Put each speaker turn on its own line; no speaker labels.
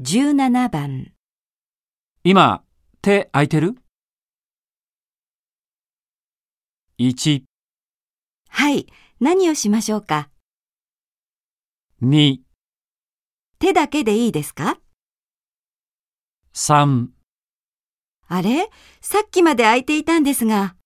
17番、
今、手空いてる ?1、
はい、何をしましょうか
2、
手だけでいいですか
3
あれさっきまで空いていたんですが。